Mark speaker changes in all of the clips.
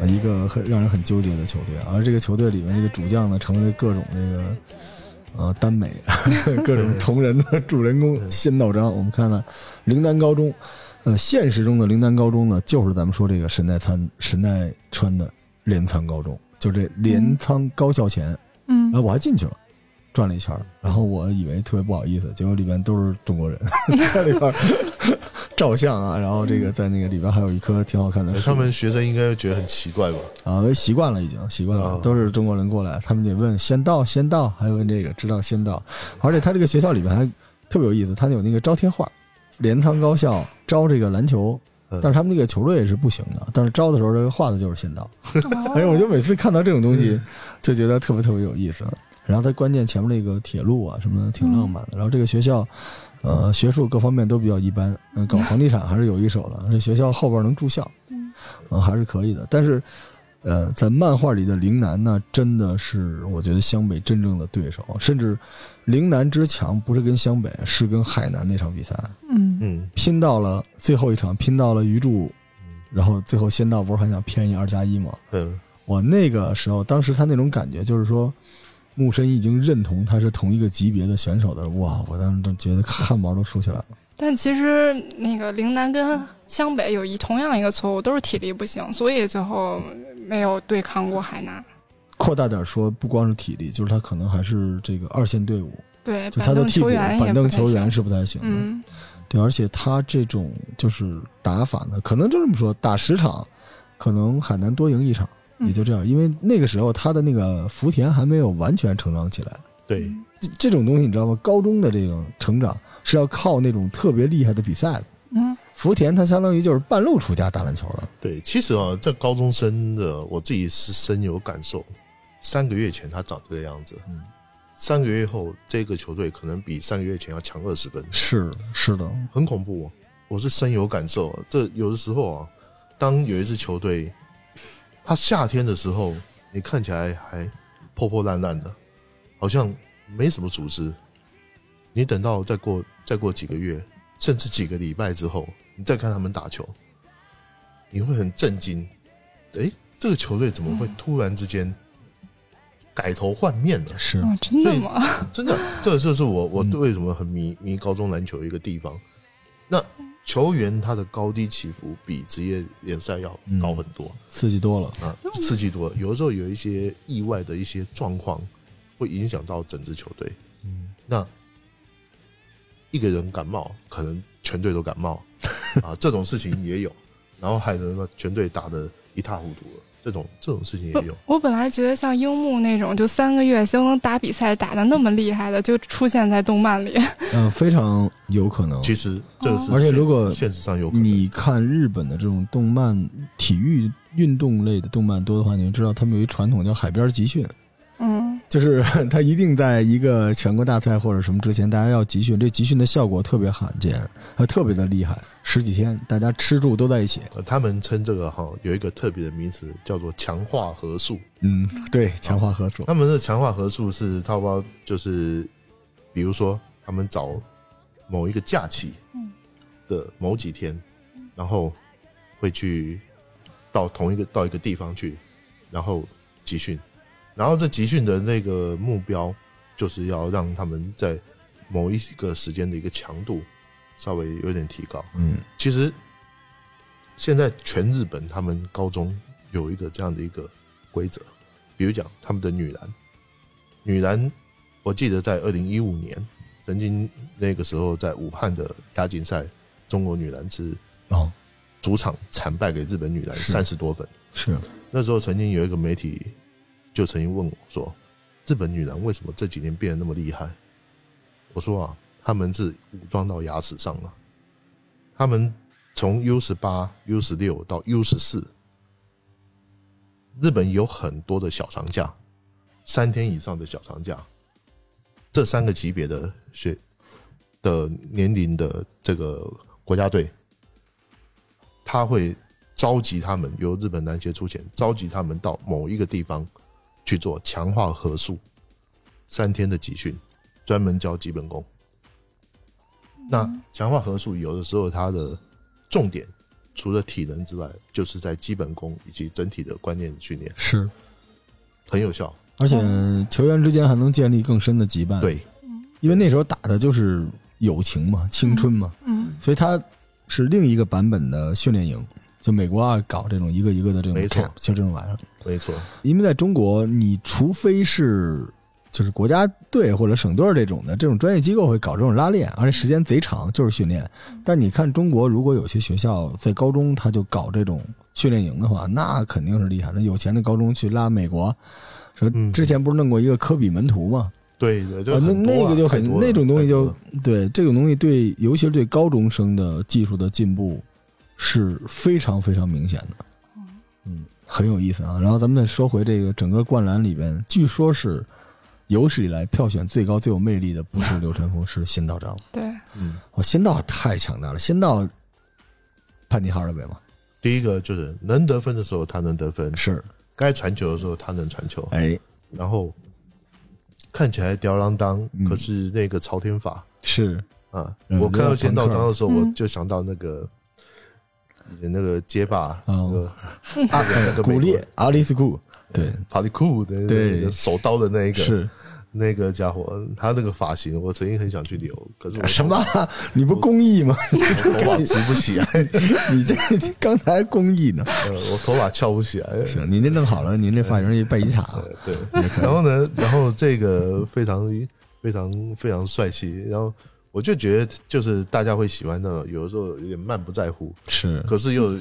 Speaker 1: 呃一个很让人很纠结的球队。而这个球队里面这个主将呢，成为了各种这个呃耽美、 各种同人的主人公先导章。我们看看陵南高中，呃，现实中的陵南高中呢，就是咱们说这个神奈川神奈川的镰仓高中，就这镰仓高校前。
Speaker 2: 嗯
Speaker 1: 然后我还进去了，转了一圈儿，然后我以为特别不好意思，结果里面都是中国人， 在里边 儿照相啊，然后这
Speaker 2: 嗯
Speaker 1: 个在那个里边还有一棵挺好看的树，
Speaker 3: 他们学生应该觉得很奇怪吧？
Speaker 1: 啊，习惯了已经习惯了
Speaker 3: 啊，
Speaker 1: 都是中国人过来，他们得问先到先到，还问这个知道先到，而且他这个学校里面还特别有意思，他有那个招贴画，镰仓高校招这个篮球。
Speaker 3: 嗯
Speaker 1: 但是他们那个球队是不行的，但是招的时候这个画的就是先到，
Speaker 2: 哦嗯
Speaker 1: 哎呀，我就每次看到这种东西，就觉得特别特别有意思。然后它关键前面那个铁路啊什么的挺
Speaker 2: 嗯
Speaker 1: 浪漫的。然后这个学校，呃，学术各方面都比较一般，嗯，搞房地产还是有一手的。这学校后边能住校，
Speaker 2: 嗯
Speaker 1: 嗯，还是可以的。但是，呃，在漫画里的陵南呢，真的是我觉得湘北真正的对手，甚至陵南之强不是跟湘北，是跟海南那场比赛
Speaker 2: 嗯
Speaker 3: 嗯，
Speaker 1: 拼到了最后一场，拼到了鱼柱，然后最后仙道不是还想偏一二加一吗？
Speaker 3: 嗯，
Speaker 1: 我那个时候，当时他那种感觉就是说，木神已经认同他是同一个级别的选手的，哇！我当时真觉得汗毛都竖起来了。
Speaker 2: 但其实那个陵南跟湘北有一同样一个错误，都是体力不行，所以最后没有对抗过海南。
Speaker 1: 扩大点说，不光是体力，就是他可能还是这个二线队伍，
Speaker 2: 对，
Speaker 1: 就他
Speaker 2: 板
Speaker 1: 的
Speaker 2: 凳
Speaker 1: 替补
Speaker 2: 球员也
Speaker 1: 板
Speaker 2: 不
Speaker 1: 凳
Speaker 2: 太
Speaker 1: 球员
Speaker 2: 行，
Speaker 1: 是不太行的。
Speaker 2: 嗯
Speaker 1: 对，而且他这种就是打法呢，可能就这么说，打十场，可能海南多赢一场，
Speaker 2: 嗯
Speaker 1: 也就这样。因为那个时候他的那个福田还没有完全成长起来。
Speaker 3: 对，
Speaker 1: 这这种东西你知道吗？高中的这种成长是要靠那种特别厉害的比赛的。
Speaker 2: 嗯
Speaker 1: 福田他相当于就是半路出家打篮球了。
Speaker 3: 对，其实啊，这高中生的我自己是深有感受。三个月前他长这个样子，
Speaker 1: 嗯
Speaker 3: 三个月后这个球队可能比三个月前要强二十分，
Speaker 1: 是是的，
Speaker 3: 很恐怖、哦。我是深有感受、这有的时候啊，当有一支球队，他夏天的时候，你看起来还破破烂烂的，好像没什么组织。你等到再过再过几个月，甚至几个礼拜之后，你再看他们打球，你会很震惊。诶，这个球队怎么会突然之间改头换面呢？
Speaker 1: 是
Speaker 2: 哦，真的
Speaker 3: 所以
Speaker 2: 吗？
Speaker 3: 真的，这就是我我
Speaker 1: 嗯
Speaker 3: 对为什么很迷迷高中篮球的一个地方。那球员他的高低起伏比职业联赛要高很多、
Speaker 1: 刺激多了。
Speaker 3: 啊，刺激多了。有的时候有一些意外的一些状况，会影响到整支球队。
Speaker 1: 嗯，
Speaker 3: 那一个人感冒，可能全队都感 冒啊，这种事情也有。然后还能把全队打得一塌糊涂了，这种这种事
Speaker 1: 哎
Speaker 3: 情也有。
Speaker 2: 我本来觉得像樱木那种，就三个月就能打比赛打的那么厉害的，就出现在动漫里。
Speaker 1: 嗯、非常有可能。
Speaker 3: 其实这个是现，
Speaker 1: 而且如果
Speaker 3: 现实上有可能，
Speaker 1: 你看日本的这种动漫、体育运动类的动漫多的话，你就知道他们有一传统叫海边集训，
Speaker 2: 嗯
Speaker 1: 就是他一定在一个全国大赛或者什么之前，大家要集训。这集训的效果特别罕见，还特别的厉害，十几天，大家吃住都在一起。
Speaker 3: 呃，他们称这个哈有一个特别的名词叫做强化合数。
Speaker 1: 嗯，对，强化合作。
Speaker 3: 他们的强化合数是淘宝，就是比如说他们找某一个假期
Speaker 2: 嗯
Speaker 3: 的某几天，然后会去到同一个到一个地方去，然后集训，然后这集训的那个目标就是要让他们在某一个时间的一个强度稍微有点提高。
Speaker 1: 嗯，
Speaker 3: 其实现在全日本他们高中有一个这样的一个规则，比如讲他们的女篮，女篮，我记得在二零一五年曾经那个时候在武汉的亚锦赛，中国女篮是
Speaker 1: 哦，
Speaker 3: 主场惨败给日本女篮
Speaker 1: 是
Speaker 3: 三十多分。
Speaker 1: 是，
Speaker 3: 那时候曾经有一个媒体就曾经问我说，日本女篮为什么这几年变得那么厉害？我说啊，他们是武装到牙齿上了，他们从 U 十八、U 十六到 U 十四，日本有很多的小长假，三天以上的小长假，这三个级别的学的年龄的这个国家队，他会召集他们，由日本篮协出钱召集他们到某一个地方去做强化合宿，三天的集训，专门教基本功。那强化合宿有的时候它的重点除了体能之外，就是在基本功以及整体的观念训练，
Speaker 1: 是，
Speaker 3: 很有效。
Speaker 1: 而且球员之间还能建立更深的羁绊。，
Speaker 3: 对，
Speaker 1: 因为那时候打的就是友情嘛，青春嘛，
Speaker 2: 嗯
Speaker 1: 所以它是另一个版本的训练营。就美国啊，搞这种一个一个的这种
Speaker 3: 没错
Speaker 1: camp，就这种玩意儿。
Speaker 3: 没错，
Speaker 1: 因为在中国，你除非是就是国家队或者省队这种的，这种专业机构会搞这种拉练，而且时间贼长，就是训练。
Speaker 3: 嗯
Speaker 1: 但你看中国，如果有些学校在高中他就搞这种训练营的话，那肯定是厉害。那有钱的高中去拉美国，说
Speaker 3: 嗯
Speaker 1: 之前不是弄过一个科比门徒吗？
Speaker 3: 对对，就
Speaker 1: 啊，那
Speaker 3: 很多啊
Speaker 1: 那个就
Speaker 3: 太
Speaker 1: 很
Speaker 3: 多了
Speaker 1: 那种东西
Speaker 3: 太多
Speaker 1: 就
Speaker 3: 了
Speaker 1: 对这种东西对，尤其是对高中生的技术的进步是非常非常明显的，嗯，很有意思啊。然后咱们再说回这个整个灌篮里边，据说是有史以来票选最高最有魅力的不是刘晨风，是仙道章。
Speaker 2: 对，
Speaker 3: 嗯，
Speaker 1: 哦，仙道太强大了，仙道叛逆哈尔贝嘛，
Speaker 3: 第一个就是能得分的时候他能得分，
Speaker 1: 是，
Speaker 3: 该传球的时候他能传球，
Speaker 1: 哎，
Speaker 3: 然后看起来吊儿郎当
Speaker 1: 嗯，
Speaker 3: 可是那个朝天法
Speaker 1: 是
Speaker 3: 啊，
Speaker 1: 嗯啊
Speaker 3: 我看到剑道章的时候，我
Speaker 2: 嗯
Speaker 3: 就想到那个以前那个街霸，那
Speaker 1: 哦
Speaker 3: 个那个
Speaker 1: 古
Speaker 3: 美
Speaker 1: 烈
Speaker 3: 国
Speaker 1: 阿里斯库，对，
Speaker 3: 帕里库的那
Speaker 1: 对
Speaker 3: 个手刀的那一个，
Speaker 1: 是
Speaker 3: 那个家伙，他那个发型，我曾经很想去留，可是我
Speaker 1: 什么？你不公益吗？
Speaker 3: 我头发直不起来，
Speaker 1: 你这刚才公益呢？
Speaker 3: 呃我头发翘不起 来，
Speaker 1: 行，您这弄好了，您这发型是一啊拜吉塔，
Speaker 3: 对， 然后呢，然后这个非常非常非常帅气，然后我就觉得就是大家会喜欢那种有的时候有点漫不在乎，
Speaker 1: 是
Speaker 3: 可是又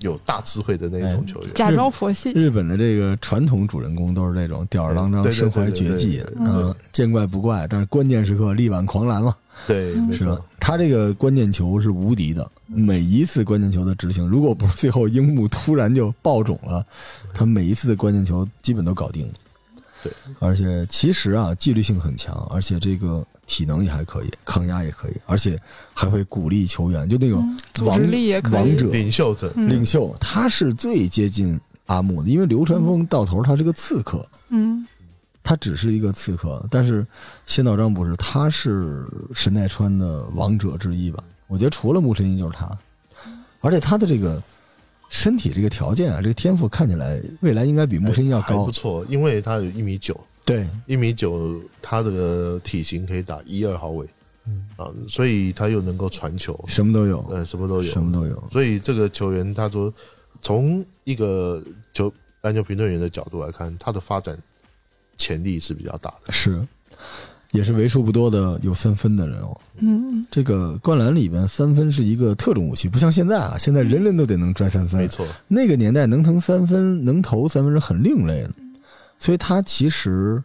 Speaker 3: 有大智慧的那一种球员。
Speaker 2: 假装佛系，
Speaker 1: 日本的这个传统主人公都是这种吊儿郎当、
Speaker 3: 对对
Speaker 1: 身
Speaker 3: 对
Speaker 1: 怀
Speaker 3: 对
Speaker 1: 绝
Speaker 3: 对
Speaker 1: 技
Speaker 3: 对，对
Speaker 1: 嗯，见怪不怪，但是关键时刻力挽狂澜嘛，
Speaker 3: 对，没
Speaker 1: 嗯是吧
Speaker 3: 错，？
Speaker 1: 他这个关键球是无敌的，每一次关键球的执行，如果不是最后樱木突然就爆种了，他每一次的关键球基本都搞定了。
Speaker 3: 对，
Speaker 1: 而且其实啊，纪律性很强，而且这个体能也还可以，抗压也可以，而且还会鼓励球员，就那种
Speaker 2: 嗯组
Speaker 1: 王
Speaker 2: 织力也可以
Speaker 1: 王者
Speaker 3: 领袖者，
Speaker 2: 嗯
Speaker 1: 领袖，他是最接近阿木的，因为流川枫到头他是个刺客，
Speaker 2: 嗯
Speaker 1: 他只是一个刺客，但是仙道章不是，他是神奈川的王者之一吧？我觉得除了木神一就是他，而且他的这个身体这个条件啊，这个天赋看起来未来应该比木神一要
Speaker 3: 还
Speaker 1: 高
Speaker 3: 不。错，因为他有一米九，
Speaker 1: 对，
Speaker 3: 一米九，他这个体型可以打一二号位，
Speaker 1: 嗯
Speaker 3: 啊，所以他又能够传球，
Speaker 1: 什么都有，
Speaker 3: 呃，什么都有
Speaker 1: 什，么都有。
Speaker 3: 所以这个球员，他说从一个球篮球评论员的角度来看，他的发展潜力是比较大的。
Speaker 1: 是，也是为数不多的有三分的人哦。
Speaker 2: 嗯，
Speaker 1: 这个灌篮里边三分是一个特种武器，不像现在啊，现在人人都得能拽三分。啊
Speaker 3: 没错，
Speaker 1: 那个年代能投三分、能投三分是很另类的，所以他其实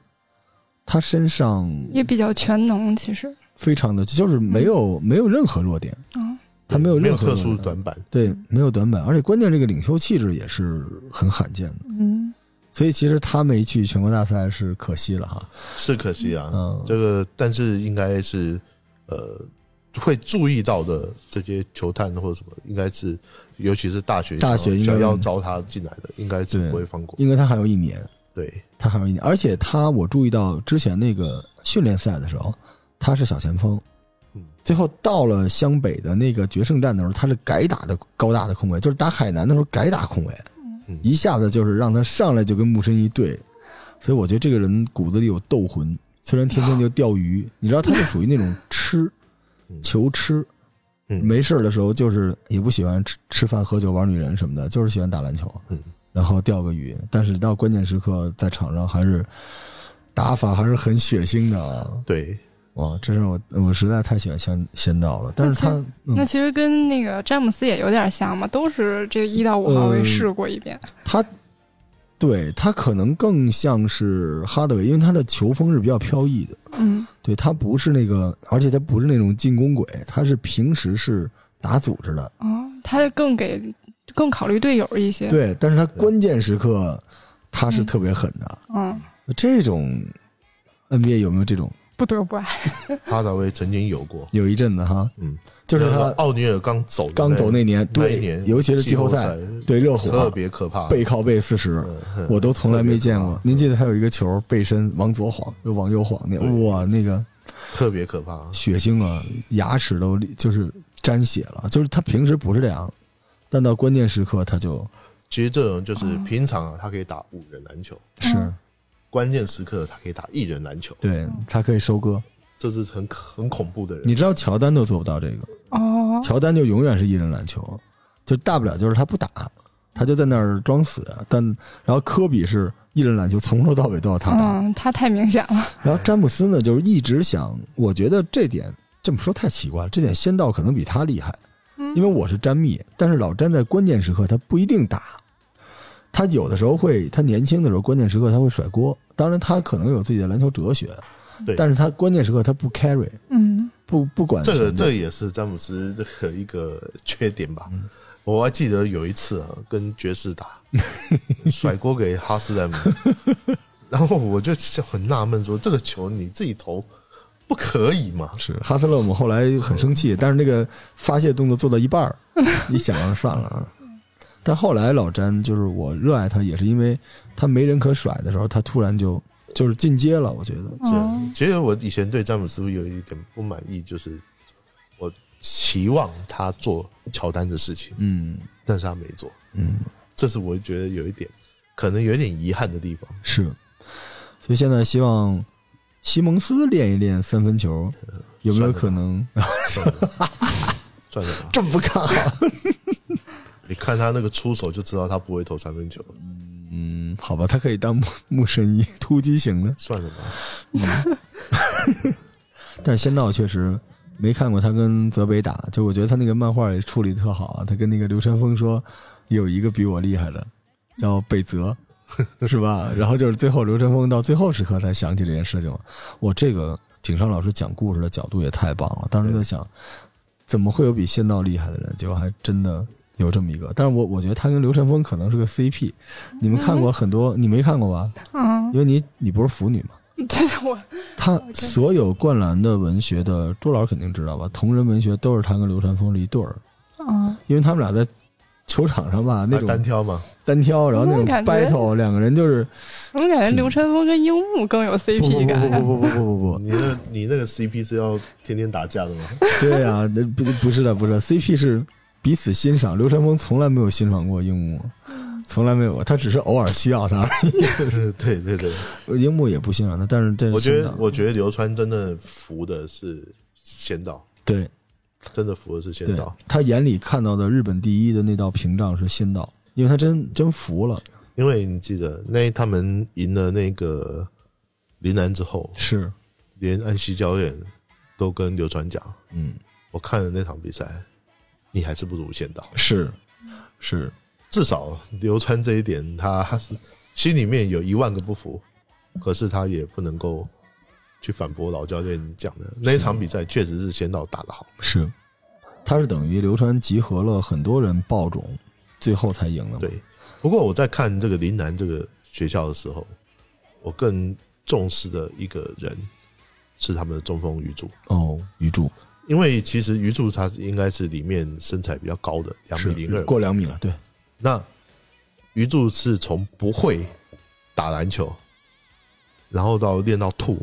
Speaker 1: 他身上
Speaker 2: 也比较全能，其实，
Speaker 1: 非常的就是没有没有任何弱点，
Speaker 2: 嗯
Speaker 1: 他没有
Speaker 3: 没有
Speaker 1: 任何
Speaker 3: 特
Speaker 1: 弱点
Speaker 3: 殊短板。
Speaker 1: 对没有短板，而且关键这个领袖气质也是很罕见的，
Speaker 2: 嗯
Speaker 1: 所以其实他没去全国大赛是可惜了哈。
Speaker 3: 是可惜啊。
Speaker 1: 嗯
Speaker 3: 这个但是应该是呃会注意到的这些球探或者什么，应该是尤其是大学
Speaker 1: 大学应该嗯
Speaker 3: 想要招他进来的，应该是不会放过。
Speaker 1: 因为他还有一年，
Speaker 3: 对，
Speaker 1: 他还有一年，而且他我注意到之前那个训练赛的时候，他是小前锋，
Speaker 3: 嗯，
Speaker 1: 最后到了湘北的那个决胜战的时候，他是改打的高大的控卫，就是打海南的时候改打控卫，
Speaker 3: 嗯
Speaker 1: 一下子就是让他上来就跟木申一对，所以我觉得这个人骨子里有斗魂，虽然天天就钓 鱼，你知道他就属于那种吃
Speaker 3: 嗯
Speaker 1: 求吃，
Speaker 3: 嗯
Speaker 1: 没事儿的时候就是也不喜欢吃吃饭、喝酒、玩女人什么的，就是喜欢打篮球，
Speaker 3: 嗯
Speaker 1: 然后钓个鱼，但是到关键时刻在场上还是打法还是很血腥的啊。
Speaker 3: 对，
Speaker 1: 哇，这是我我实在太喜欢仙仙道了，但是他
Speaker 2: 那
Speaker 1: 嗯、
Speaker 2: 其实跟那个詹姆斯也有点像嘛，都是这一到五号
Speaker 1: 呃
Speaker 2: 位试过一遍，
Speaker 1: 他对他可能更像是哈德韦，因为他的球风是比较飘逸的，
Speaker 2: 嗯
Speaker 1: 对他不是那个，而且他不是那种进攻鬼，他是平时是打组织的，
Speaker 2: 哦，他更给更考虑队友一些，
Speaker 1: 对，但是他关键时刻他是特别狠的，
Speaker 2: 嗯，
Speaker 1: 这种 NBA 有没有这种？
Speaker 2: 不得不爱，
Speaker 3: 哈达威曾经有过，
Speaker 1: 有一阵子哈，
Speaker 3: 嗯，
Speaker 1: 就是
Speaker 3: 那
Speaker 1: 他
Speaker 3: 个奥尼尔刚走的
Speaker 1: 刚走那年，
Speaker 3: 那一
Speaker 1: 对
Speaker 3: 年，，
Speaker 1: 尤其是季后赛对热火
Speaker 3: 特别可怕，
Speaker 1: 背靠背四十，
Speaker 3: 嗯哼
Speaker 1: 我都从来没见过
Speaker 3: 特别可。怕
Speaker 1: 您记得还有一个球背身往左晃，又往右晃那
Speaker 3: 对
Speaker 1: 哇，那个
Speaker 3: 特别可怕，
Speaker 1: 血腥啊，牙齿都就是沾血了。就是他平时不是这样，但到关键时刻他就
Speaker 3: 其实这种就是平常啊，他可以打五人篮球，
Speaker 1: 是、
Speaker 2: 嗯
Speaker 3: 关键时刻他可以打一人篮球，
Speaker 1: 对他可以收割。
Speaker 3: 这是很很恐怖的人。
Speaker 1: 你知道乔丹都做不到这个，
Speaker 2: 哦，
Speaker 1: 乔丹就永远是一人篮球，就大不了就是他不打，他就在那儿装死。但然后科比是一人篮球，从头到尾都要他打。
Speaker 2: 嗯，他太明显了，
Speaker 1: 然后詹姆斯呢，就是一直想，我觉得这点这么说太奇怪了，这点仙道可能比他厉害，
Speaker 2: 嗯
Speaker 1: 因为我是詹密，但是老詹在关键时刻他不一定打，他有的时候会，他年轻的时候关键时刻他会甩锅，当然他可能有自己的篮球哲学，
Speaker 3: 对
Speaker 1: 但是他关键时刻他不 carry，
Speaker 2: 嗯
Speaker 1: 不不管
Speaker 3: 这个
Speaker 1: 全队
Speaker 3: 这也是詹姆斯的一个缺点吧。我还记得有一次啊，跟爵士打，甩锅给哈斯莱姆，然后我就很纳闷说，这个球你自己投不可以吗？
Speaker 1: 是哈斯勒姆后来很生气，但是那个发泄动作做到一半儿，一想啊算了啊。但后来老詹就是我热爱他，也是因为他没人可甩的时候，他突然就就是进阶了。我觉得
Speaker 2: 哦
Speaker 3: 是，其实我以前对詹姆斯有一点不满意，就是我期望他做乔丹的事情，
Speaker 1: 嗯
Speaker 3: 但是他没做，
Speaker 1: 嗯
Speaker 3: 这是我觉得有一点可能有一点遗憾的地方。
Speaker 1: 是，所以现在希望西蒙斯练一练三分球，有没有可能？
Speaker 3: 算了，算了吧，
Speaker 1: 这么不看啊好？
Speaker 3: 你看他那个出手就知道他不会投三分球，
Speaker 1: 嗯，好吧，他可以当 木木神医突击型的，
Speaker 3: 算了吧。
Speaker 1: 但仙道确实没看过他跟泽北打，就我觉得他那个漫画也处理得特好啊。他跟那个刘晨风说，有一个比我厉害的，叫北泽， 是吧？然后就是最后刘晨风到最后时刻才想起这件事情。我这个井上老师讲故事的角度也太棒了，当时在想，怎么会有比仙道厉害的人？结果还真的。有这么一个，但是我我觉得他跟刘晨风可能是个 CP，你们看过很多，你没看过吧？
Speaker 2: 嗯，
Speaker 1: 因为你你不是腐女嘛，
Speaker 2: 这我
Speaker 1: 他所有灌篮的文学的，朱老师肯定知道吧？同人文学都是他跟刘传峰是一对儿，
Speaker 2: 嗯
Speaker 1: 因为他们俩在球场上吧，那
Speaker 3: 他单
Speaker 1: 种
Speaker 3: 挑嘛，
Speaker 1: 单挑，然后那种
Speaker 2: 我感觉
Speaker 1: battle，两个人就是
Speaker 2: 我感觉刘晨风跟樱木更有
Speaker 1: 不不
Speaker 2: CP
Speaker 1: 不
Speaker 2: 感，
Speaker 1: 不不不不不不，
Speaker 3: 你那你那个 CP 是要天天打架的吗？
Speaker 1: 对呀、那不不是的，不是的 CP 是彼此欣赏，刘传峰从来没有欣赏过樱木，从来没有，他只是偶尔需要他，
Speaker 3: 对对对，
Speaker 1: 樱木也不欣赏他，但是这是
Speaker 3: 我觉
Speaker 1: 香
Speaker 3: 得
Speaker 1: 港
Speaker 3: 我觉得流川真的服的是仙道，
Speaker 1: 对
Speaker 3: 真的服的是仙
Speaker 1: 对
Speaker 3: 道，，
Speaker 1: 他眼里看到的日本第一的那道屏障是仙道，因为他真真服了，
Speaker 3: 因为你记得那他们赢了那个林南之后，
Speaker 1: 是，
Speaker 3: 连安西教练都跟流川讲，
Speaker 1: 嗯。
Speaker 3: 我看了那场比赛，你还是不如仙道，
Speaker 1: 是，是，
Speaker 3: 至少流川这一点他 是心里面有一万个不服，可是他也不能够。去反驳老教练讲的那一场比赛，确实是仙道打得好。
Speaker 1: 是，他是等于刘川集合了很多人爆种，最后才赢了嘛。
Speaker 3: 对，不过我在看这个林南这个学校的时候，我更重视的一个人是他们的中锋鱼柱，
Speaker 1: 哦，鱼柱
Speaker 3: 因为其实鱼柱他是应该是里面身材比较高的，两米
Speaker 1: 是
Speaker 3: 零二。
Speaker 1: 过两米了，对，
Speaker 3: 那鱼柱是从不会打篮球，然后到练到吐，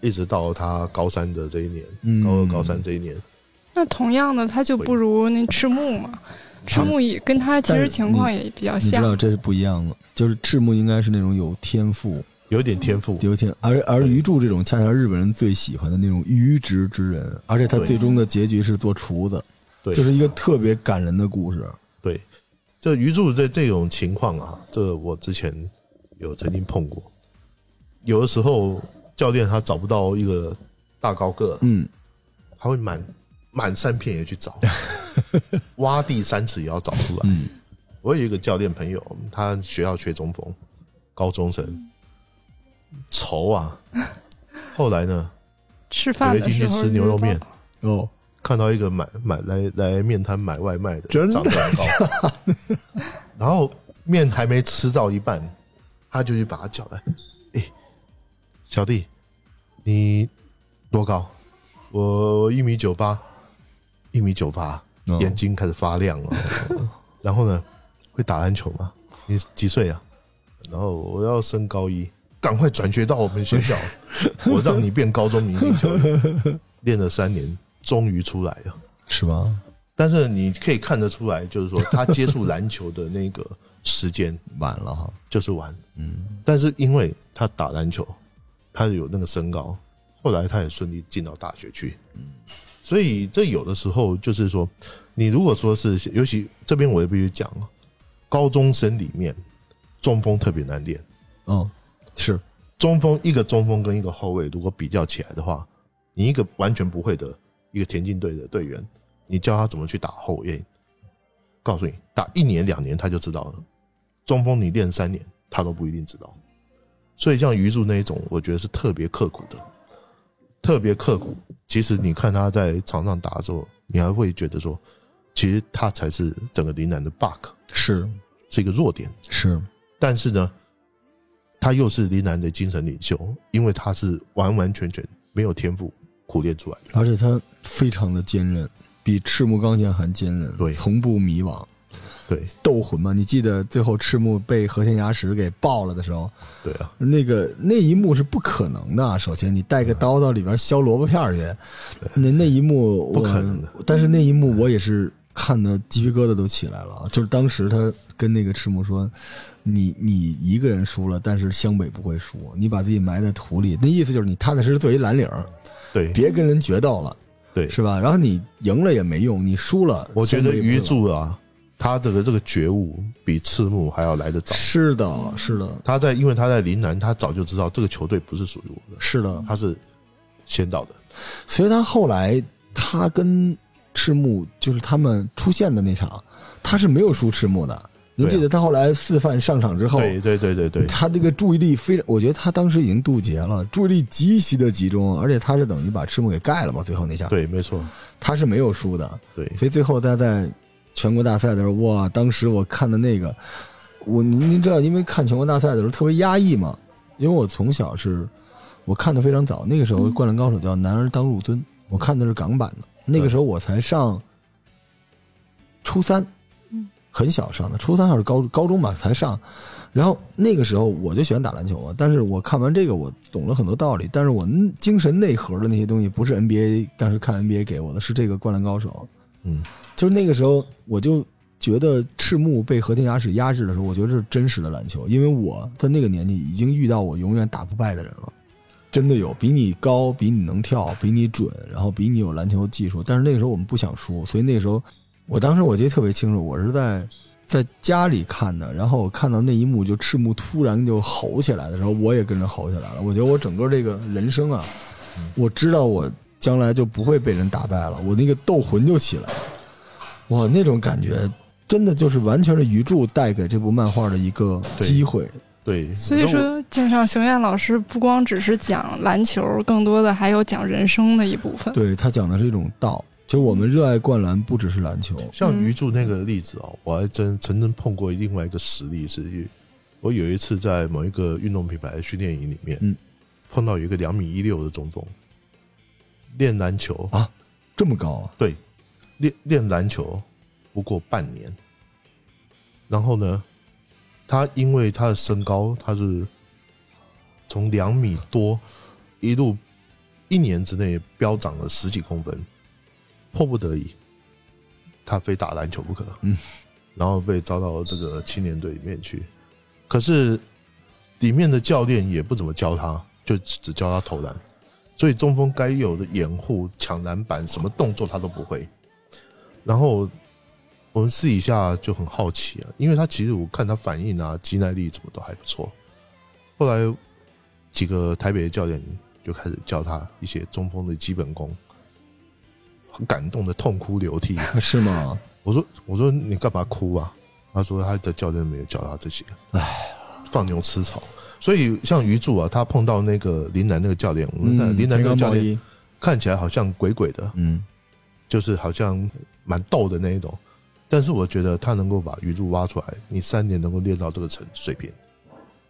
Speaker 3: 一直到他高三的这一年，
Speaker 1: 嗯
Speaker 3: 高二高三这一年，
Speaker 2: 那同样的他就不如那赤木嘛，
Speaker 3: 哎
Speaker 2: 赤木也跟他其实情况也比较
Speaker 1: 你知
Speaker 2: 像，
Speaker 1: 道这是不一样的，就是赤木应该是那种有天赋，
Speaker 3: 有点天赋。
Speaker 1: 有天，而而
Speaker 3: 对
Speaker 1: 鱼柱这种恰恰是日本人最喜欢的那种愚直之人，而且他
Speaker 3: 对
Speaker 1: 最终的结局是做厨子，
Speaker 3: 对，
Speaker 1: 就是一个特别感人的故事。
Speaker 3: 对，这鱼柱这这种情况啊，这我之前有曾经碰过。有的时候教练他找不到一个大高个，
Speaker 1: 嗯，
Speaker 3: 他会满满山遍野 去找，挖地三尺也要找出来。
Speaker 1: 嗯
Speaker 3: 我有一个教练朋友，他学校缺中锋，高中生，愁啊。后来呢，
Speaker 2: 吃饭的时候
Speaker 3: 有一天去吃牛肉面
Speaker 2: 遇到
Speaker 1: 哦，
Speaker 3: 看到一个买买来来面摊买外卖的，
Speaker 1: 真的
Speaker 3: 长得很高， 然后面还没吃到一半，他就去把他叫来，哎、小弟，你多高？我一米九八，一米九八，
Speaker 1: 哦
Speaker 3: 眼睛开始发亮了。然后呢，会打篮球吗？你几岁啊？然后我要升高一，赶快转学到我们学校，我让你变高中明星球员。练了三年，终于出来了。
Speaker 1: 哦是吧？
Speaker 3: 但是你可以看得出来，就是说他接触篮球的那个时间
Speaker 1: 晚了哈，
Speaker 3: 就是晚，
Speaker 1: 嗯，
Speaker 3: 但是因为他打篮球，他有那个身高，后来他也顺利进到大学去。所以这有的时候就是说，你如果说是，尤其这边我也必须讲啊，高中生里面中锋特别难练，
Speaker 1: 哦，是，
Speaker 3: 中锋一个中锋跟一个后卫如果比较起来的话，你一个完全不会的一个田径队的队员，你教他怎么去打后卫，告诉你打一年两年他就知道了。中锋你练三年，他都不一定知道。所以像鱼柱那一种，我觉得是特别刻苦的，特别刻苦。其实你看他在场上打的时候，你还会觉得说，其实他才是整个林南的 bug，
Speaker 1: 是
Speaker 3: 是一个弱点。
Speaker 1: 是，
Speaker 3: 但是呢，他又是林南的精神领袖，因为他是完完全全没有天赋苦练出来的。
Speaker 1: 而且他非常的坚韧，比赤木刚宪还坚韧，
Speaker 3: 对
Speaker 1: 从不迷惘。
Speaker 3: 对
Speaker 1: 斗魂嘛，你记得最后赤木被和田牙石给爆了的时候，
Speaker 3: 对啊，
Speaker 1: 那个那一幕是不可能的啊。首先，你带个刀到里边削萝卜片儿去，那那一幕我
Speaker 3: 不可能的。
Speaker 1: 但是那一幕我也是看的鸡皮疙瘩都起来了啊，就是当时他跟那个赤木说：“你你一个人输了，但是湘北不会输，你把自己埋在土里。”那意思就是你踏踏实实做一蓝领儿，
Speaker 3: 对
Speaker 1: 别跟人决斗了，
Speaker 3: 对，
Speaker 1: 是吧？然后你赢了也没用，你输了，
Speaker 3: 我觉
Speaker 1: 湘
Speaker 3: 得
Speaker 1: 北也不会
Speaker 3: 鱼
Speaker 1: 玩
Speaker 3: 柱啊，他这个这个觉悟比赤木还要来得早。
Speaker 1: 是的，是的，
Speaker 3: 他在因为他在林南，他早就知道这个球队不是属于我的，
Speaker 1: 是的。
Speaker 3: 他是先到的。
Speaker 1: 所以他后来他跟赤木就是他们出现的那场，他是没有输赤木的。您
Speaker 3: 对啊
Speaker 1: 记得他后来四犯上场之后，
Speaker 3: 对对对对对，
Speaker 1: 他这个注意力非常，我觉得他当时已经渡劫了，注意力极其的集中，而且他是等于把赤木给盖了嘛，最后那下，
Speaker 3: 对，没错，
Speaker 1: 他是没有输的。
Speaker 3: 对
Speaker 1: 所以最后他在全国大赛的时候，哇，当时我看的那个，我您您知道，因为看全国大赛的时候特别压抑嘛，因为我从小是我看的非常早，那个时候《灌篮高手》叫《男儿当入樽》，我看的是港版的，那个时候我才上初三，很小上的，初三还是高高中吧才上。然后那个时候我就喜欢打篮球嘛，但是我看完这个我懂了很多道理，但是我嗯精神内核的那些东西不是 NBA，当时看 NBA 给我的是这个《灌篮高手》，
Speaker 3: 嗯，
Speaker 1: 就是那个时候，我就觉得赤木被和田雅史压制的时候，我觉得这是真实的篮球，因为我在那个年纪已经遇到我永远打不败的人了，真的有比你高、比你能跳、比你准，然后比你有篮球技术。但是那个时候我们不想输，所以那个时候，我当时我记得特别清楚，我是在。在家里看的，然后我看到那一幕，就赤木突然就吼起来的时候，我也跟着吼起来了。我觉得我整个这个人生啊，我知道我将来就不会被人打败了，我那个斗魂就起来了。哇，那种感觉真的就是完全是鱼柱带给这部漫画的一个机会。
Speaker 3: 对。
Speaker 2: 所以
Speaker 3: 我觉得我，
Speaker 2: 说，井上雄彦老师不光只是讲篮球，更多的还有讲人生的一 部分。
Speaker 1: 对他讲的是一种道，就我们热爱灌篮不只是篮球，
Speaker 3: 像
Speaker 2: 嗯
Speaker 3: 鱼柱那个例子啊、我还真曾经碰过另外一个实例是，我有一次在某一个运动品牌的训练营里面，
Speaker 1: 嗯
Speaker 3: 碰到有一个两米一六的中锋，练篮球，
Speaker 1: 这么高啊！
Speaker 3: 对，练练篮球不过半年，然后呢，他因为他的身高，他是从两米多一路一年之内飙涨了十几公分，迫不得已，他非打篮球不可，
Speaker 1: 嗯，
Speaker 3: 然后被招到这个青年队里面去，可是里面的教练也不怎么教他，就只只教他投篮。所以中锋该有的掩护、抢篮板，什么动作他都不会。然后我们私底下就很好奇啊，因为他其实我看他反应啊、肌耐力什么都还不错。后来几个台北的教练就开始教他一些中锋的基本功，很感动的痛哭流涕。
Speaker 1: 是吗？
Speaker 3: 我说：“我说你干嘛哭啊？”他说：“他的教练没有教他这些，
Speaker 1: 唉，
Speaker 3: 放牛吃草。”所以像鱼柱啊，他碰到那个林南那个教练，我们看
Speaker 1: 嗯，
Speaker 3: 林南
Speaker 1: 田
Speaker 3: 那个
Speaker 1: 刚
Speaker 3: 教
Speaker 1: 茂
Speaker 3: 练
Speaker 1: 一，
Speaker 3: 看起来好像鬼鬼的，
Speaker 1: 嗯，
Speaker 3: 就是好像蛮逗的那一种。但是我觉得他能够把鱼柱挖出来，你三年能够练到这个程水平，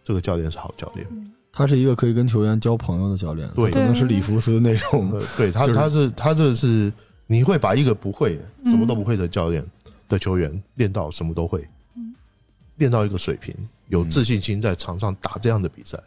Speaker 3: 这个教练是好教练。
Speaker 1: 他是一个可以跟球员交朋友的教练，
Speaker 3: 对
Speaker 1: 可能是里弗斯那种
Speaker 3: 呃，对他，
Speaker 1: 就是
Speaker 3: 他是他这是你会把一个不会、什么都不会的教练的球员练到什么
Speaker 1: 嗯嗯
Speaker 3: 都会，练到一个水平，有自信心在场上打这样的比赛，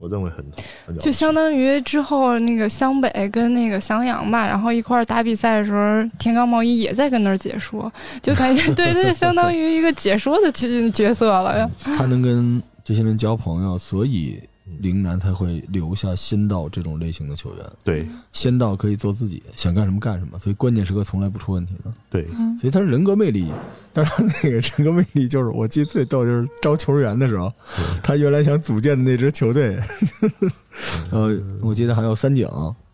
Speaker 3: 我认为很很了不
Speaker 2: 就
Speaker 3: 起
Speaker 2: 相当于之后那个湘北跟那个襄阳吧，然后一块儿打比赛的时候，田刚茂一也在跟那儿解说，就感觉 对对，相当于一个解说的角角色了。
Speaker 1: 他能跟这些人交朋友，所以陵南才会留下仙道这种类型的球员。
Speaker 3: 对
Speaker 1: 仙道可以做自己，想干什么干什么，所以关键时刻从来不出问题的。
Speaker 3: 对，
Speaker 1: 所以他是人格魅力，但是他那个人格魅力就是，我记得最逗就是招球员的时候，他原来想组建的那支球队， 呃，我记得还有三井、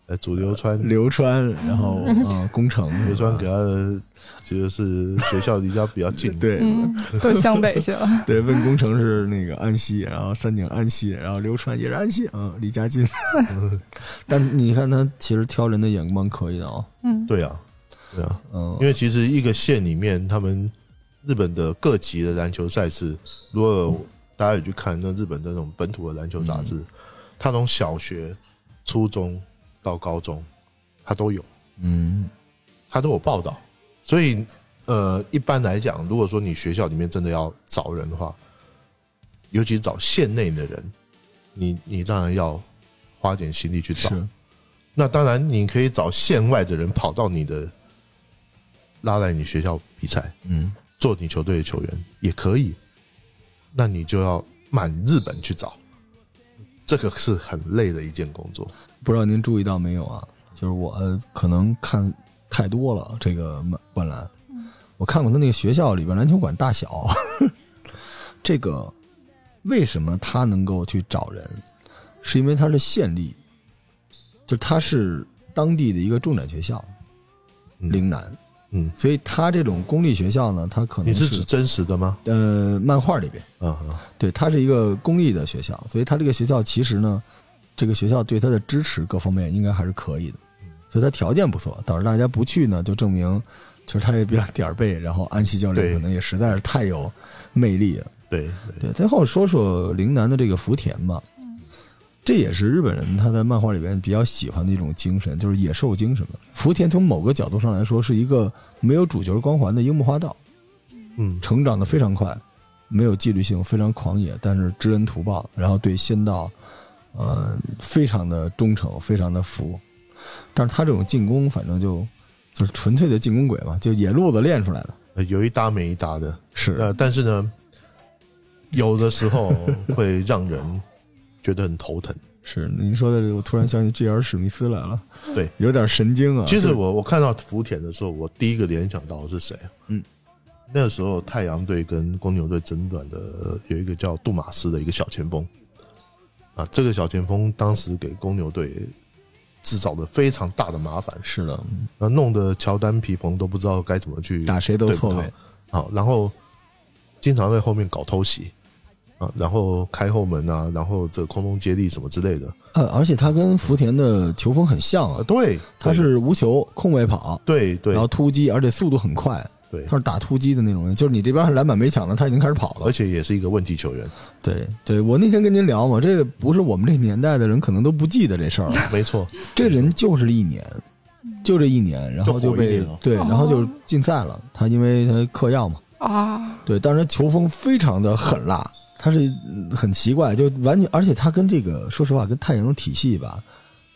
Speaker 3: 呃，主流川
Speaker 1: 刘川，然后啊宫城，，
Speaker 3: 流川给他的其实是学校离家比较近
Speaker 1: 对
Speaker 2: 嗯，都湘北去了。
Speaker 1: 对，问宫城是那个安西，然后三井安西，然后刘川也是安西，嗯，离家近， 但你看他其实挑人的眼光可以的啊、
Speaker 2: 嗯，
Speaker 3: 对啊，对啊，
Speaker 1: 嗯
Speaker 3: 因，为其实一个县里面，他们日本的各级的篮球赛事，如果大家有去看那日本的那种本土的篮球杂志，它从小学、初中到高中，它都有，
Speaker 1: 嗯，
Speaker 3: 它都有报道。所以，呃，一般来讲，如果说你学校里面真的要找人的话，尤其找县内的人，你你当然要花点心力去找。
Speaker 1: 是，
Speaker 3: 那当然，你可以找县外的人跑到你的拉来你学校比赛，
Speaker 1: 嗯，
Speaker 3: 做你球队的球员也可以。那你就要满日本去找，这个是很累的一件工作。
Speaker 1: 不知道您注意到没有啊？就是我、呃可能看太多了这个灌灌篮，我看过他那个学校里边篮球馆大小， 这个为什么他能够去找人，是因为他是县立，就是他是当地的一个重点学校，
Speaker 3: 嗯
Speaker 1: 陵南，
Speaker 3: 嗯，
Speaker 1: 所以他这种公立学校呢，他可能
Speaker 3: 你是
Speaker 1: 是
Speaker 3: 指真实的吗？
Speaker 1: 呃漫画里边。
Speaker 3: 啊啊，
Speaker 1: 对，它是一个公立的学校，所以它这个学校其实呢，这个学校对它的支持各方面应该还是可以的，所以它条件不错，导致大家不去呢，就证明其实他也比较点儿背，然后安西教练
Speaker 3: 对
Speaker 1: 可能也实在是太有魅力了。
Speaker 3: 对对
Speaker 1: 对，最后说说陵南的这个福田吧，这也是日本人他在漫画里边比较喜欢的一种精神，就是野兽精神嘛。福田从某个角度上来说是一个没有主角光环的樱木花道。
Speaker 3: 嗯
Speaker 1: 成长的非常快，没有纪律性，非常狂野，但是知恩图报，然后对仙道，呃，非常的忠诚，非常的服。但是他这种进攻，反正就就是纯粹的进攻鬼嘛，就野路子练出来的。
Speaker 3: 呃有一搭没一搭的。
Speaker 1: 是，
Speaker 3: 呃，但是呢，有的时候会让人觉得很头疼。
Speaker 1: 是，您说的这个，我突然想起 G.R. 史密斯来了，
Speaker 3: 对，
Speaker 1: 有点神经啊。
Speaker 3: 其实
Speaker 1: 就
Speaker 3: 我我看到福田的时候，我第一个联想到的是谁？啊
Speaker 1: 嗯，
Speaker 3: 那个时候太阳队跟公牛队争短的有一个叫杜马斯的一个小前锋，啊，这个小前锋当时给公牛队制造了非常大的麻烦，
Speaker 1: 是的，
Speaker 3: 那弄得乔丹、皮蓬都不知道该怎么去
Speaker 1: 打谁都
Speaker 3: 对
Speaker 1: 错
Speaker 3: 不
Speaker 1: 位，
Speaker 3: 好，然后经常在后面搞偷袭啊，然后开后门啊，然后这空中接力什么之类的
Speaker 1: 呃，而且他跟福田的球风很像
Speaker 3: 啊，
Speaker 1: 啊，
Speaker 3: 对，
Speaker 1: 他
Speaker 3: 对
Speaker 1: 是无球空位跑，
Speaker 3: 对对
Speaker 1: 然后突击，而且速度很快，
Speaker 3: 对，
Speaker 1: 他是打突击的那种人，就是你这边还篮板没抢呢，他已经开始跑了
Speaker 3: 而。且也是一个问题球员，
Speaker 1: 对对，我那天跟您聊嘛，这个不是我们这年代的人可能都不记得这事儿了。
Speaker 3: 没错，
Speaker 1: 这人就是一年，就这一年，然后就
Speaker 3: 就火一
Speaker 1: 被
Speaker 3: 年了
Speaker 1: 对，
Speaker 2: 哦
Speaker 1: 然后就禁赛了。他因为他嗑药嘛，
Speaker 2: 啊，
Speaker 1: 对，但是球风非常的狠辣，他是嗯很奇怪，就完全，而且他跟这个说实话跟太阳的体系吧，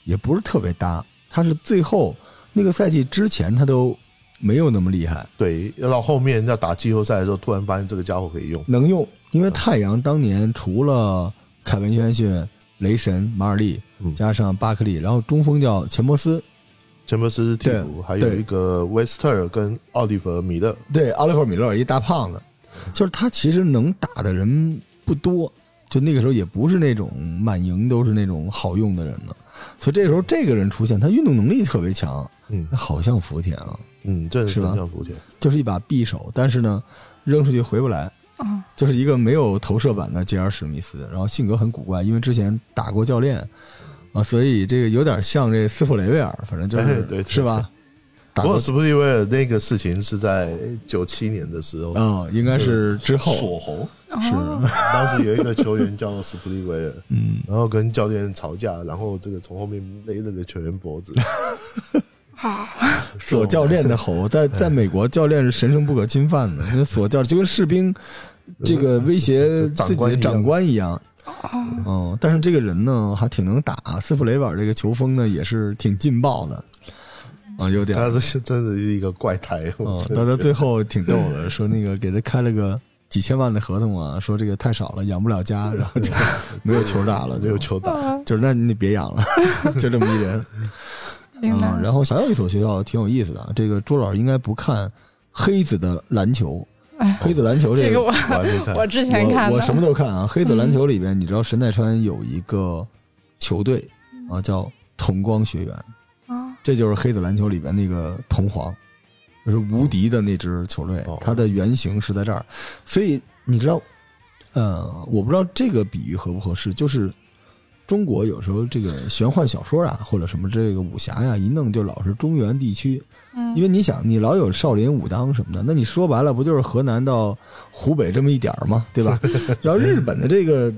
Speaker 1: 也不是特别搭。他是最后那个赛季之前他都没有那么厉害，
Speaker 3: 对，要到后面要打季后赛的时候，突然发现这个家伙可以用，
Speaker 1: 能用，因为太阳当年除了凯文约翰逊、雷神马尔利，
Speaker 3: 嗯，
Speaker 1: 加上巴克利，然后中锋叫钱伯斯，
Speaker 3: 前面是替补，还有
Speaker 1: 对
Speaker 3: 一个威斯特尔跟奥利弗米勒，
Speaker 1: 对，奥利弗米勒尔一大胖子，就是他其实能打的人不多，就那个时候也不是那种满营都是那种好用的人呢，所以这时候这个人出现，他运动能力特别强，
Speaker 3: 嗯
Speaker 1: 好像福田啊，
Speaker 3: 嗯，这
Speaker 1: 是
Speaker 3: 是
Speaker 1: 吧
Speaker 3: 很像福田，
Speaker 1: 就是一把匕首，但是呢，扔出去回不来，
Speaker 2: 啊，
Speaker 1: 就是一个没有投射板的 J.R. 史密斯，然后性格很古怪，因为之前打过教练啊，所以这个有点像这斯普雷威尔，反正就是、
Speaker 3: 哎对
Speaker 1: 是吧？打
Speaker 3: 不
Speaker 1: 过
Speaker 3: 过斯普利威尔那个事情是在九七年的时候，
Speaker 1: 啊、应该是之后
Speaker 3: 锁喉。
Speaker 2: 哦，
Speaker 3: 当时有一个球员叫斯普利维尔，
Speaker 1: 嗯，
Speaker 3: 然后跟教练吵架，然后这个从后面勒那个球员 脖子，
Speaker 2: 啊，
Speaker 1: 锁教练的吼，在在美国教练是神圣不可侵犯的，因为锁教就跟士兵这个威胁
Speaker 3: 长
Speaker 1: 自己
Speaker 3: 呃
Speaker 1: 的
Speaker 3: 官一样
Speaker 1: 长官一样，
Speaker 2: 哦
Speaker 1: 嗯，但是这个人呢还挺能打，斯普雷bản这个球风呢也是挺劲爆的，啊，有点，
Speaker 3: 他这是真的是一个怪胎。
Speaker 1: 嗯
Speaker 3: 我，真
Speaker 1: 到
Speaker 3: 的
Speaker 1: 他
Speaker 3: 觉
Speaker 1: 最
Speaker 3: 得
Speaker 1: 后挺逗的， 说那个给他开了个几千万的合同啊，说这个太少了，养不了家，然后就没有球打了，
Speaker 3: 没
Speaker 1: 就
Speaker 3: 有球打，
Speaker 2: 哦，
Speaker 1: 就是那你别养了， 就这么一人。
Speaker 2: 明白。
Speaker 1: 嗯，然后还有一所学校挺有意思的啊，这个朱老师应该不看黑子的篮球，
Speaker 2: 哎
Speaker 1: 黑子篮球个
Speaker 2: 这
Speaker 1: 哎
Speaker 2: 个我
Speaker 3: 我还没看。
Speaker 2: 我之前看
Speaker 1: 我我什么
Speaker 2: 的，嗯
Speaker 1: 都看啊。黑子篮球里边，你知道神奈川有一个球队
Speaker 2: 嗯
Speaker 1: 啊，叫同光学园，
Speaker 2: 啊
Speaker 1: 这就是黑子篮球里边那个同黄，就是无敌的那支球队
Speaker 3: 哦，
Speaker 1: 它的原型是在这儿。所以你知道，呃，我不知道这个比喻合不合适，就是。中国有时候这个玄幻小说啊，或者什么这个武侠呀、一弄就老是中原地区，
Speaker 2: 嗯，
Speaker 1: 因为你想，你老有少林、武当什么的，那你说白了不就是河南到湖北这么一点儿吗？对吧？然后日本的这个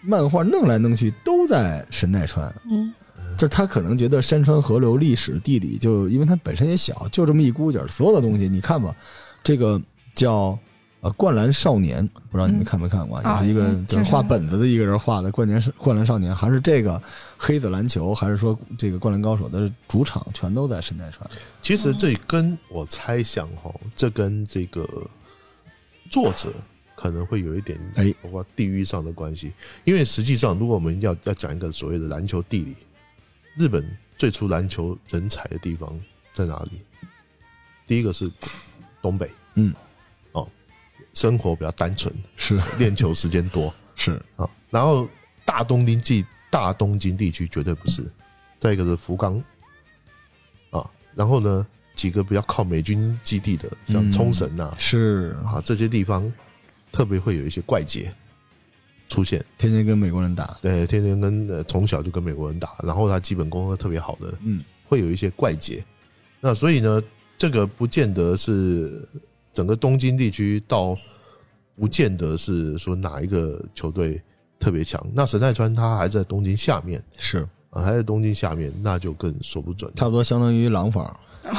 Speaker 1: 漫画弄来弄去都在神奈川，
Speaker 2: 嗯
Speaker 1: 就是他可能觉得山川河流、历史地理，就因为它本身也小，就这么一股劲儿，所有的东西你看吧，这个叫。呃，灌篮少年，不知道你们
Speaker 2: 嗯
Speaker 1: 看没看过啊，
Speaker 2: 啊
Speaker 1: 也是一个
Speaker 2: 嗯
Speaker 1: 就是
Speaker 2: 就是
Speaker 1: 画本子的一个人画的《灌篮少灌篮少年》，还是这个黑子篮球，还是说这个《灌篮高手》的主场全都在神奈川。
Speaker 3: 其实这跟我猜想哈，这跟这个作者可能会有一点
Speaker 1: 哎
Speaker 3: 包括地域上的关系，因为实际上如果我们要要讲一个所谓的篮球地理，日本最初篮球人才的地方在哪里？第一个是东北，
Speaker 1: 嗯，
Speaker 3: 哦，生活比较单 纯，
Speaker 1: 是
Speaker 3: 练球时间多，
Speaker 1: 是，
Speaker 3: 啊，然后大东京地大东京地区绝对不是，再一个是福冈，啊，然后呢几个比较靠美军基地的，像
Speaker 1: 嗯
Speaker 3: 冲绳呐、
Speaker 1: 是
Speaker 3: 啊这些地方，特别会有一些怪杰出现，
Speaker 1: 天天跟美国人打，
Speaker 3: 对，天天跟呃从小就跟美国人打，然后他基本功特别好的，
Speaker 1: 嗯，
Speaker 3: 会有一些怪杰。那所以呢，这个不见得是整个东京地区到，不见得是说哪一个球队特别强。那神奈川他还在东京下面
Speaker 1: 是
Speaker 3: 啊，还在东京下面，那就更说不准了。
Speaker 1: 差不多相当于廊坊，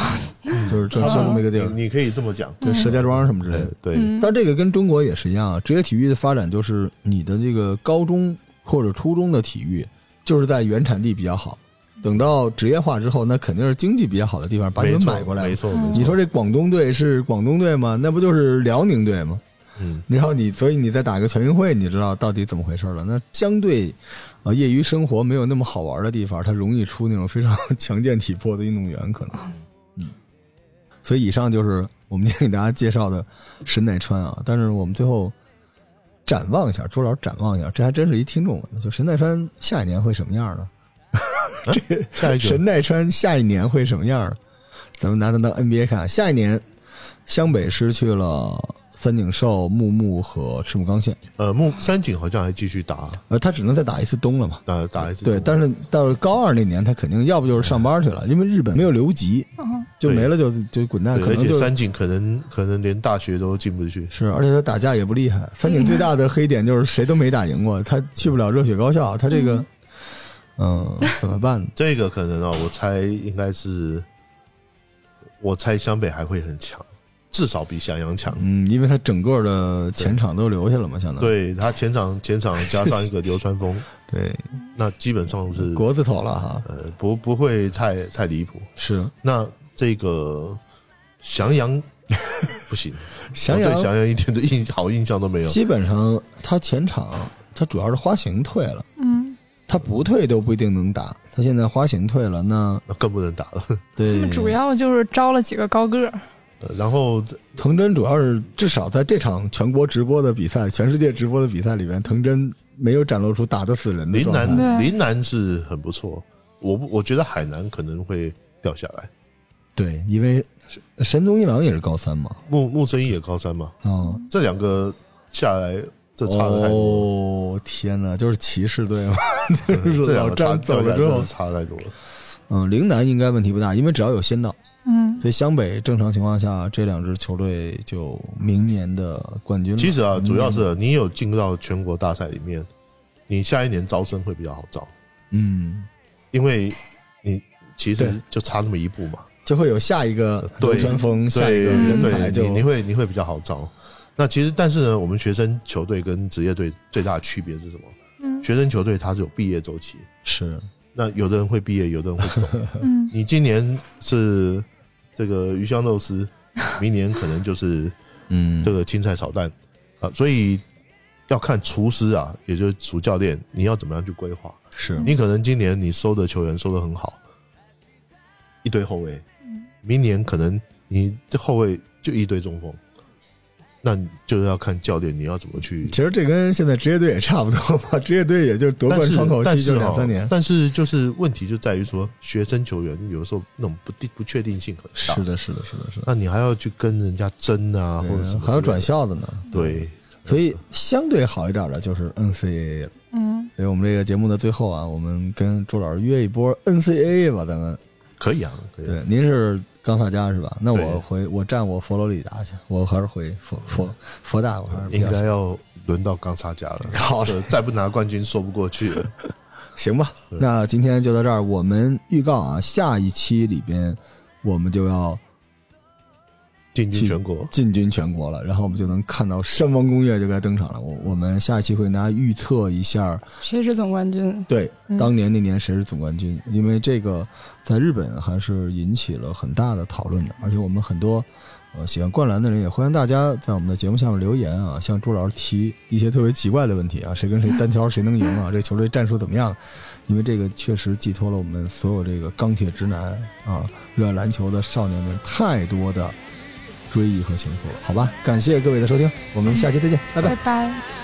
Speaker 1: 就是就是就这么一个地儿，
Speaker 3: 你你可以这么讲，
Speaker 1: 对，石家庄什么之类
Speaker 3: 对
Speaker 1: 的。
Speaker 3: 对，
Speaker 2: 嗯
Speaker 1: 但这个跟中国也是一样啊，职业体育的发展就是你的这个高中或者初中的体育，就是在原产地比较好，等到职业化之后，那肯定是经济比较好的地方把你
Speaker 3: 没
Speaker 1: 们
Speaker 3: 错
Speaker 1: 买过来
Speaker 3: 没。错没错。
Speaker 1: 你说这广东队是广东队吗？那不就是辽宁队吗？
Speaker 3: 嗯，
Speaker 1: 然后你，所以你再打个全运会，你知道到底怎么回事了。那相对，呃，业余生活没有那么好玩的地方，它容易出那种非常 强健体魄的运动员，可能。嗯，所以以上就是我们今天给大家介绍的神奈川啊。但是我们最后展望一下，朱老师展望一下，这还真是一听众问的，就神奈川下一年会什么样呢？
Speaker 3: 下一个
Speaker 1: 神奈川下一年会什么样？咱们拿它当 NBA 看。啊下一年，湘北失去了三井寿、木木和赤木刚宪，
Speaker 3: 呃木山井好像还继续打
Speaker 1: 呃，他只能再打一次冬了嘛。
Speaker 3: 打打一次
Speaker 1: 对，但是到高二那年，他肯定要不就是上班去了，因为日本没有留级，
Speaker 2: 嗯
Speaker 1: 就没了就就滚蛋，
Speaker 3: 对
Speaker 1: 可
Speaker 3: 而
Speaker 1: 能
Speaker 3: 且
Speaker 1: 就
Speaker 3: 山井可能可能连大学都进不去。
Speaker 1: 是，而且他打架也不厉害。三井最大的黑点就是谁都没打赢过，他去不了热血高校，他这个，嗯，怎么办？
Speaker 3: 这个可能啊，我猜应该是，我猜湘北还会很强，至少比襄阳强。
Speaker 1: 嗯，因为他整个的前场都留下了嘛，相当于
Speaker 3: 对他前场前场加上一个流川 枫，
Speaker 1: 对
Speaker 3: 那基本上是
Speaker 1: 国字头了哈，
Speaker 3: 呃不不会太太离谱。
Speaker 1: 是
Speaker 3: 那这个 襄阳不行，
Speaker 1: 翔
Speaker 3: 我对
Speaker 1: 阳
Speaker 3: 襄阳一点的印好印象都没有。
Speaker 1: 基本上他前场他主要是花形退了，
Speaker 2: 嗯，
Speaker 1: 他不退都不一定能打，他现在花形退了，那
Speaker 3: 那更不能打了，
Speaker 2: 他
Speaker 1: 对
Speaker 2: 们主要就是招了几个高个儿，
Speaker 3: 呃然后
Speaker 1: 藤真主要是至少在这场全国直播的比赛、全世界直播的比赛里边，藤真没有展露出打得死人的
Speaker 3: 林
Speaker 1: 状态。
Speaker 3: 南
Speaker 2: 对
Speaker 3: 林南是很不错，我不我觉得海南可能会掉下来。
Speaker 1: 对，因为神宗一郎也是高三嘛，
Speaker 3: 木木真一也高三嘛，
Speaker 1: 啊、
Speaker 3: 这两个下来，这差的太多了。
Speaker 1: 哦，天哪，就是骑士队嘛， 就是
Speaker 3: 嗯这两
Speaker 1: 老
Speaker 3: 个差
Speaker 1: 张走了之后，
Speaker 3: 差太多了。
Speaker 1: 嗯，陵南应该问题不大，因为只要有先到，
Speaker 2: 嗯
Speaker 1: 所以湘北正常情况下这两支球队就明年的冠军了。
Speaker 3: 其实啊，
Speaker 1: 明
Speaker 3: 主
Speaker 1: 年
Speaker 3: 要是你有进入到全国大赛里面，你下一年招生会比较好招，
Speaker 1: 嗯，
Speaker 3: 因为你其实
Speaker 1: 对
Speaker 3: 就差那么一步嘛。
Speaker 1: 就会有下一个流
Speaker 3: 对
Speaker 1: 川枫，下一
Speaker 3: 对
Speaker 1: 个人才
Speaker 3: 对，
Speaker 1: 就
Speaker 3: 你你会你会比较好招。那其实，但是呢，我们学生球队跟职业队最大的区别是什么？
Speaker 2: 嗯
Speaker 3: 学生球队它是有毕业周期，
Speaker 1: 是
Speaker 3: 那有的人会毕业，有的人会走。
Speaker 2: 嗯，
Speaker 3: 你今年是这个鱼香肉丝，明年可能就是
Speaker 1: 嗯
Speaker 3: 这个青菜炒蛋啊，所以要看厨师啊，也就是主教练，你要怎么样去规划。
Speaker 1: 是
Speaker 3: 你可能今年你收的球员收的很好，一堆后卫，明年可能你这后卫就一堆中锋，那你就要看教练你要怎么去。
Speaker 1: 其实这跟现在职业队也差不多吧， 职业队也就是夺
Speaker 3: 但
Speaker 1: 冠
Speaker 3: 是
Speaker 1: 窗口
Speaker 3: 但
Speaker 1: 期
Speaker 3: 是
Speaker 1: 就
Speaker 3: 哦
Speaker 1: 两三年。
Speaker 3: 但是就是问题就在于说，学生球员有时候那种不定不确定性很大，
Speaker 1: 是的，是的，是的，是的。
Speaker 3: 那你还要去跟人家争啊，或者什么
Speaker 1: 还要
Speaker 3: 之类
Speaker 1: 转
Speaker 3: 的，
Speaker 1: 校的呢，
Speaker 3: 对，
Speaker 1: 所以相对好一点的就是 NCAA 了。
Speaker 2: 嗯，
Speaker 1: 所以我们这个节目的最后啊，我们跟朱老师约一波 NCAA 吧，咱们
Speaker 3: 可以啊，可以啊。
Speaker 1: 对，您是冈萨加是吧？那
Speaker 3: 对
Speaker 1: 我回我站我佛罗里达去，我还是回佛佛佛大，我还是比
Speaker 3: 应
Speaker 1: 较
Speaker 3: 该要轮到冈萨加了，
Speaker 1: 好
Speaker 3: 这再不拿冠军说不过去了。
Speaker 1: 行吧。那今天就到这儿，我们预告啊，下一期里边我们就要
Speaker 3: 进军全国，
Speaker 1: 进军全国了，然后我们就能看到山王工业就该登场了。我我们下一期会拿预测一下，
Speaker 2: 谁是总冠军？
Speaker 1: 对
Speaker 2: 嗯
Speaker 1: 当年那年谁是总冠军，因为这个在日本还是引起了很大的讨论的，而且我们很多。呃，喜欢灌篮的人也欢迎大家在我们的节目下面留言啊，向朱老师提一些特别奇怪的问题啊，谁跟谁单挑谁能赢 啊，这球队战术怎么样？因为这个确实寄托了我们所有这个钢铁直男啊，热爱篮球的少年们太多的追忆和情愫了，好吧？感谢各位的收听，我们下期再见，拜拜。
Speaker 2: 拜拜